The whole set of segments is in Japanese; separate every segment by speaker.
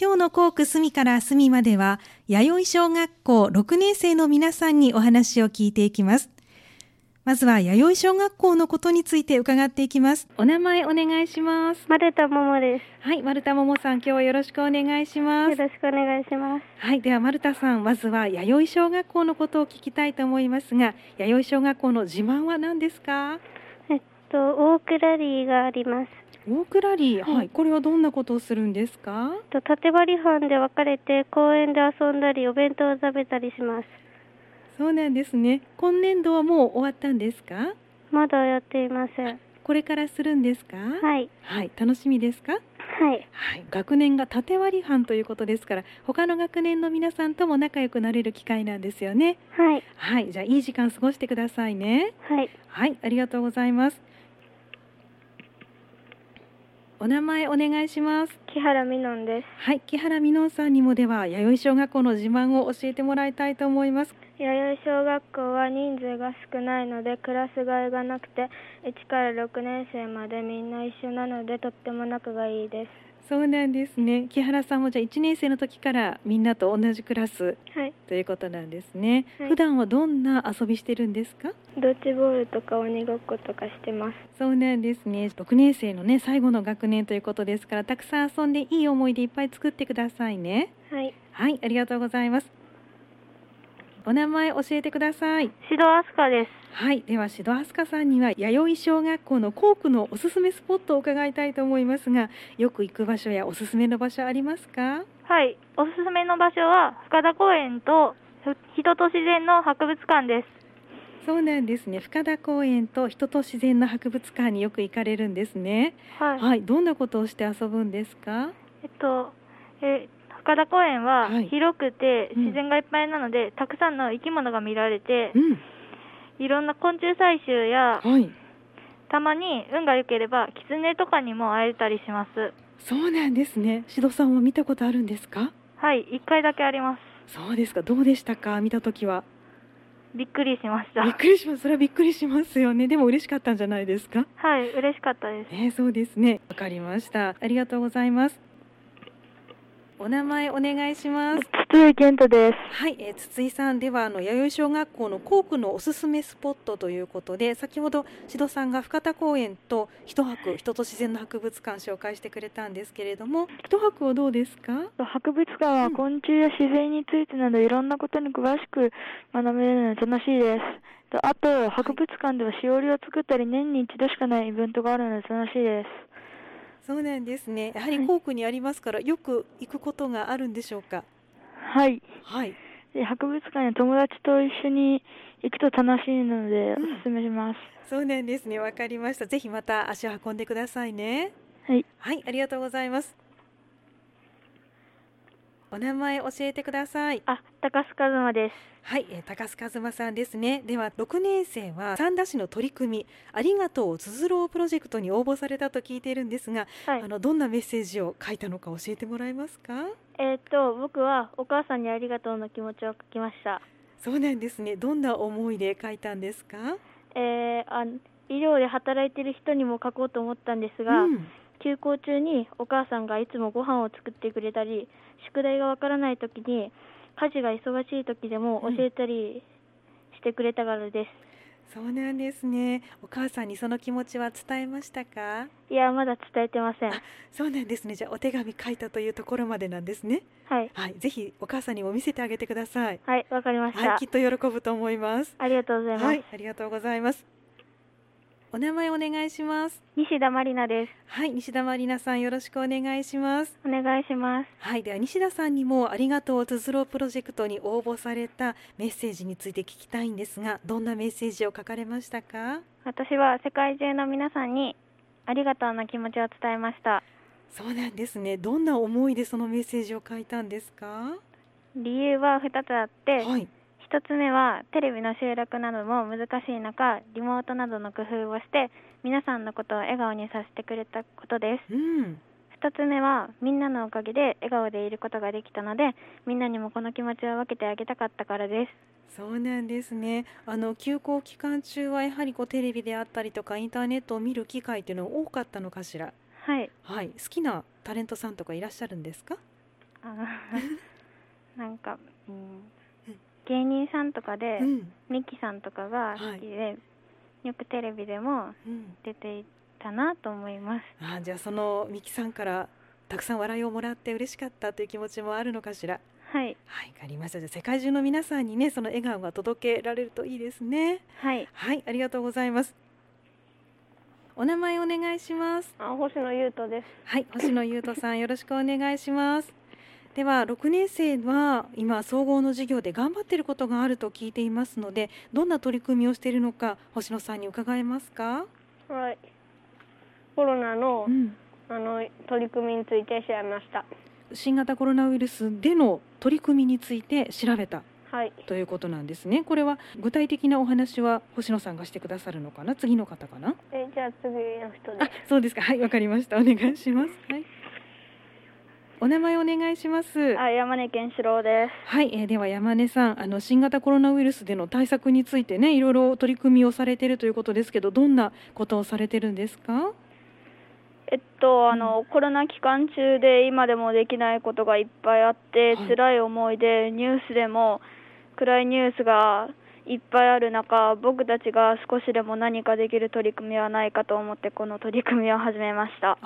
Speaker 1: 今日の校区隅から隅までは、弥生小学校6年生の皆さんにお話を聞いていきます。まずは弥生小学校のことについて伺っていきます。お名前お願いします。
Speaker 2: 丸田桃です。
Speaker 1: はい、丸田桃さん、今日はよろしくお願いします。
Speaker 2: よろしくお願いします。
Speaker 1: はい、では丸田さん、まずは弥生小学校のことを聞きたいと思いますが、弥生小学校の自慢は何ですか？
Speaker 2: えっと、オークラリーがあります。
Speaker 1: オークラリー、
Speaker 2: はい
Speaker 1: はい、これはどんなことをするんですか？
Speaker 2: えっと縦張り班で分かれて公園で遊んだりお弁当を食べたりします。
Speaker 1: そうなんですね。今年度はもう終わったんですか？
Speaker 2: まだやっていません。
Speaker 1: これからするんですか？はい、
Speaker 2: はい。
Speaker 1: 楽しみですか？
Speaker 2: はい。
Speaker 1: はい、学年が縦割り班ということですから、他の学年の皆さんとも仲良くなれる機会なんですよね。
Speaker 2: はい。
Speaker 1: はい、じゃあいい時間過ごしてくださいね。
Speaker 2: はい。
Speaker 1: はい、ありがとうございます。お名前お願いします。
Speaker 2: 木原美音で
Speaker 1: はい、木原美音さんにもでは弥生小学校の自慢を教えてもらいたいと思います。
Speaker 2: す。弥生小学校は人数が少ないのでクラス替えがなくて1から6年生までみんな一緒なのでとっても仲がいいで
Speaker 1: そうなんですね。木原さんもじゃあ1年生の時からみんなと同じクラス
Speaker 2: す。はい。
Speaker 1: ということなんですね。
Speaker 2: はい
Speaker 1: 普段はどんな遊びしてるんですか？
Speaker 2: ドッジボールとか鬼ごっことかしてます。
Speaker 1: そうなんですね。6年生のね最後の学年ということですから、たくさん遊んでいい思い出いっぱい作ってくださいね。
Speaker 2: はい。
Speaker 1: はい、ありがとうございます。お名前教えてください。
Speaker 2: 指導アスカです。
Speaker 1: はい、ではシドアスカさんには弥生小学校の校区のおすすめスポットを伺いたいと思いますが、よく行く場所やおすすめの場所ありますか？
Speaker 2: はい、おすすめの場所は深田公園とふ人と自然の博物館です。
Speaker 1: そうなんですね。深田公園と人と自然の博物館によく行かれるんですね。
Speaker 2: はい、
Speaker 1: はい、どんなことをして遊ぶんですか？
Speaker 2: えっと、え深田公園は
Speaker 1: はい
Speaker 2: 広くて
Speaker 1: うん
Speaker 2: 自然がいっぱいなので、たくさんの生き物が見られて
Speaker 1: う、ん、
Speaker 2: いろんな昆虫採集や
Speaker 1: はい。
Speaker 2: たまに運が良ければキツネとかにも会えたりします。
Speaker 1: そうなんですね。シドさんは見たことあるんですか？
Speaker 2: はい、一回だけあります。
Speaker 1: そうですか。どうでしたか？見たときは。
Speaker 2: びっくりしました。
Speaker 1: びっくりします。それはびっくりしますよね。でも嬉しかったんじゃないですか？
Speaker 2: はい、嬉しかったです。
Speaker 1: ね、そうですね。わかりました。ありがとうございます。お名前お願いします。
Speaker 2: 筒井健太です。
Speaker 1: はい、えー、筒井さんではあの弥生小学校の校区のおすすめスポットということで、先ほど志戸さんが深田公園と一泊人と自然の博物館紹介してくれたんですけれども、一泊はどうですか？
Speaker 3: 博物館
Speaker 1: う
Speaker 3: は
Speaker 1: ん
Speaker 3: 昆虫や自然についてなどいろんなことに詳しく学べるので楽しいです。とあと、博物館ではしおりを作ったり年に一度しかないイベントがあるので楽しいです。
Speaker 1: そうなんですね。やは
Speaker 3: は
Speaker 1: り
Speaker 3: い
Speaker 1: 校区にありますから、よく行くことがあるんでしょうか。
Speaker 3: はい。
Speaker 1: はい、
Speaker 3: で博物館や友達と一緒に行くと楽しいのでお
Speaker 1: うん
Speaker 3: すすめします。
Speaker 1: そうなんですね。わかりました。ぜひまた足を運んでくださいね。
Speaker 3: はい。
Speaker 1: はい、ありがとうございます。お名前教えてください。
Speaker 2: あ、高須和馬です。
Speaker 1: はい、えー高須和馬さんですね。では、6年生は三田市の取り組み、ありがとうつづろうプロジェクトに応募されたと聞いているんですが、
Speaker 2: はい
Speaker 1: あ。のどんなメッセージを書いたのか教えてもらえますか。
Speaker 2: えーっと僕はお母さんにありがとうの気持ちを書きました。
Speaker 1: そうなんですね。どんな思いで書いたんですか。
Speaker 2: えーあ医療で働いてる人にも書こうと思ったんですが、
Speaker 1: うん
Speaker 2: 休校中にお母さんがいつもご飯を作ってくれたり宿題がわからない時に家事が忙しい時でも教えたりしてくれたからです、
Speaker 1: そうなんですね。お母さんにその気持ちは伝えましたか。
Speaker 2: いやまだ伝え てません
Speaker 1: あそうなんですね。じゃあお手紙書いたというところまでなんですね。
Speaker 2: はい
Speaker 1: はい、ぜひお母さんにも見せてあげてください。
Speaker 2: はいわかりました、
Speaker 1: はい、きっと喜ぶと思います。
Speaker 2: ありがとうございます、
Speaker 1: はい、ありがとうございます。お名前お願いします。
Speaker 2: 西田まりなです
Speaker 1: はい、西田まりなさんよろしくお願いします。
Speaker 2: お願いします
Speaker 1: はい、では西田さんにもありがとうつづろうプロジェクトに応募されたメッセージについて聞きたいんですが、どんなメッセージを書かれましたか？
Speaker 2: 私は世界中の皆さんにありがとうの気持ちを伝えました
Speaker 1: そうなんですね。どんな思いでそのメッセージを書いたんですか？
Speaker 2: 理由は2つあって、
Speaker 1: はい。
Speaker 2: 一つ目はテレビの収録なども難しい中リモートなどの工夫をして皆さんのことを笑顔にさせてくれたことで
Speaker 1: うん。
Speaker 2: す二つ目はみんなのおかげで笑顔でいることができたのでみんなにもこの気持ちを分けてあげたかったからです
Speaker 1: そうなんですね。あの休校期間中はやはりこうテレビであったりとかインターネットを見る機会っていうのは多かったのかしら。
Speaker 2: はい
Speaker 1: はい、好きなタレントさんとかいらっしゃるんですか？
Speaker 2: あーなんか、うん、芸人さんとかで、
Speaker 1: うん
Speaker 2: ミキさんとかが好きで、よくテレビでも
Speaker 1: うん、
Speaker 2: 出ていたなと思います
Speaker 1: あじゃあそのミキさんからたくさん笑いをもらって嬉しかったという気持ちもあるのかしら
Speaker 2: はい
Speaker 1: はいわかりましたじゃあ世界中の皆さんにねその笑顔が届けられるといいですね
Speaker 2: はい
Speaker 1: はいありがとうございますお名前お願いします
Speaker 4: あ星野優斗です。
Speaker 1: はい星野優斗さんよろしくお願いしますでは6年生は今総合の授業で頑張っていることがあると聞いていますのでどんな取り組みをしているのか星野さんに伺えますか、
Speaker 4: はい。コロナの
Speaker 1: ん、
Speaker 4: あの取り組みについて調べました。
Speaker 1: 新型コロナウイルスでの取り組みについて調べた
Speaker 4: はい。
Speaker 1: ということなんですねこれは具体的なお話は星野さんがしてくださるのかな次の方かな
Speaker 4: えじゃあ次の人で
Speaker 1: あそうですかはいわかりましたお願いしますはいお名前お願いします
Speaker 2: あ山根健志郎で
Speaker 1: はい、えーでは山根さんあの新型コロナウイルスでの対策についてねいろいろ取り組みをされているということですけどどんなことをされてるんですか
Speaker 2: すえっとあの、コロナ期間中で今でもできないことがいっぱいあって、
Speaker 1: はい
Speaker 2: 辛い思いでニュースでも暗いニュースがいっぱいある中僕たちが少しでも何かできる取り組みはないかと思ってこの取り組みを始めました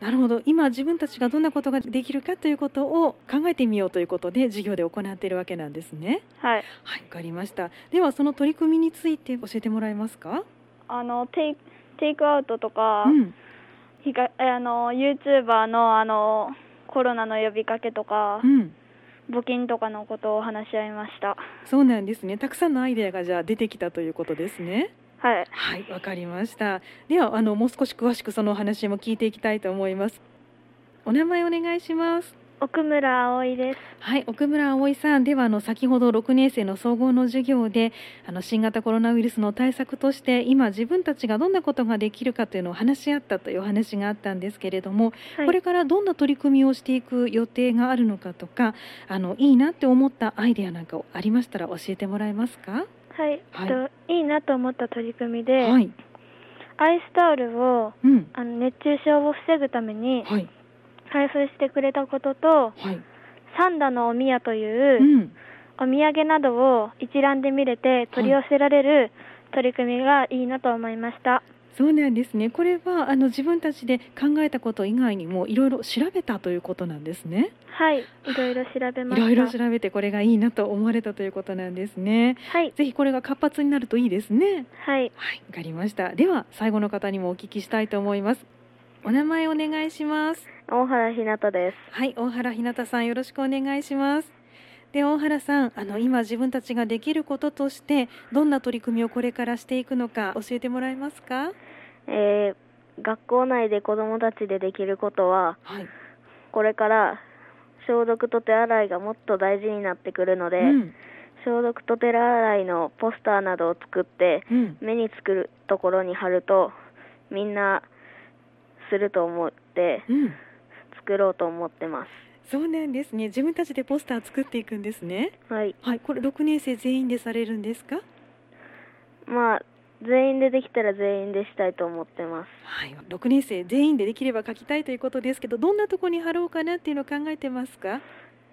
Speaker 1: なるほど今自分たちがどんなことができるかということを考えてみようということで授業で行っているわけなんですね
Speaker 2: はい
Speaker 1: はい、わかりました。ではその取り組みについて教えてもらえますか？
Speaker 2: あのテイテイクアウトとか、
Speaker 1: うん、
Speaker 2: ひかえあの YouTuber のあのコロナの呼びかけとか
Speaker 1: うん、
Speaker 2: 募金とかのことを話し合いました
Speaker 1: そうなんですね。たくさんのアイデアがじゃあ出てきたということですね。
Speaker 2: はい
Speaker 1: はい、わかりました。ではあのもう少し詳しくそのお話も聞いていきたいと思います。お名前お願いします。
Speaker 2: 奥村葵です
Speaker 1: はい、奥村葵さん、ではあの先ほど6年生の総合の授業で、あの新型コロナウイルスの対策として今自分たちがどんなことができるかというのを話し合ったというお話があったんですけれども、
Speaker 2: はい
Speaker 1: これからどんな取り組みをしていく予定があるのかとか、あのいいなって思ったアイデアなんかありましたら教えてもらえますか？
Speaker 2: はい、
Speaker 1: はい
Speaker 2: えっといいなと思った取り組みで、
Speaker 1: はい、
Speaker 2: アイスタオルを
Speaker 1: うん、
Speaker 2: あの熱中症を防ぐために
Speaker 1: はい、
Speaker 2: 配布してくれたことと
Speaker 1: はい、
Speaker 2: サンダのお宮と
Speaker 1: う、
Speaker 2: いうんお土産などを一覧で見れて取り寄せられる取り組みがいいなと思いました、
Speaker 1: そうなんですね。これはあの自分たちで考えたこと以外にもいろいろ調べたということなんですね。
Speaker 2: はい、いろいろ調べま
Speaker 1: い
Speaker 2: した。
Speaker 1: ろいろ調べてこれがいいなと思われたということなんですね。
Speaker 2: はい、
Speaker 1: ぜひこれが活発になるといいですね。
Speaker 2: はい、
Speaker 1: はい、わかりました。では最後の方にもお聞きしたいと思います。お名前お願いします。
Speaker 4: 大原ひなたです。
Speaker 1: はい、大原ひなたさんよろしくお願いします。で大原さん、あの今自分たちができることとしてどんな取り組みをこれからしていくのか教えてもらえますか。
Speaker 4: えー学校内で子どもたちでできることは
Speaker 1: はい。
Speaker 4: これから消毒と手洗いがもっと大事になってくるので、
Speaker 1: うん、
Speaker 4: 消毒と手洗いのポスターなどを作って
Speaker 1: うん。
Speaker 4: 目につくところに貼るとみんなすると思って
Speaker 1: うん。
Speaker 4: 作ろうと思ってま
Speaker 1: そうなんですね。自分たちでポスター作っていくんですね。
Speaker 4: すはい
Speaker 1: はい、これ六年生全員でされるんですか。
Speaker 4: まあ全員でできたら全員でしたいと思ってます
Speaker 1: はい、6年生全員でできれば書きたいということですけどどんなとこに貼ろうかなっていうのを考えてますか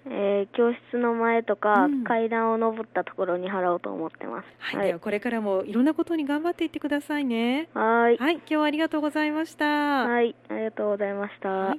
Speaker 4: えー教室の前とか、
Speaker 1: うん
Speaker 4: 階段を上ったところに貼ろうと思ってます
Speaker 1: はい、
Speaker 4: は
Speaker 1: で
Speaker 4: い
Speaker 1: はこれからもいろんなことに頑張っていってくださいね
Speaker 4: はーい
Speaker 1: はい、今日はありがとうございました
Speaker 4: はいありがとうございました、
Speaker 1: はい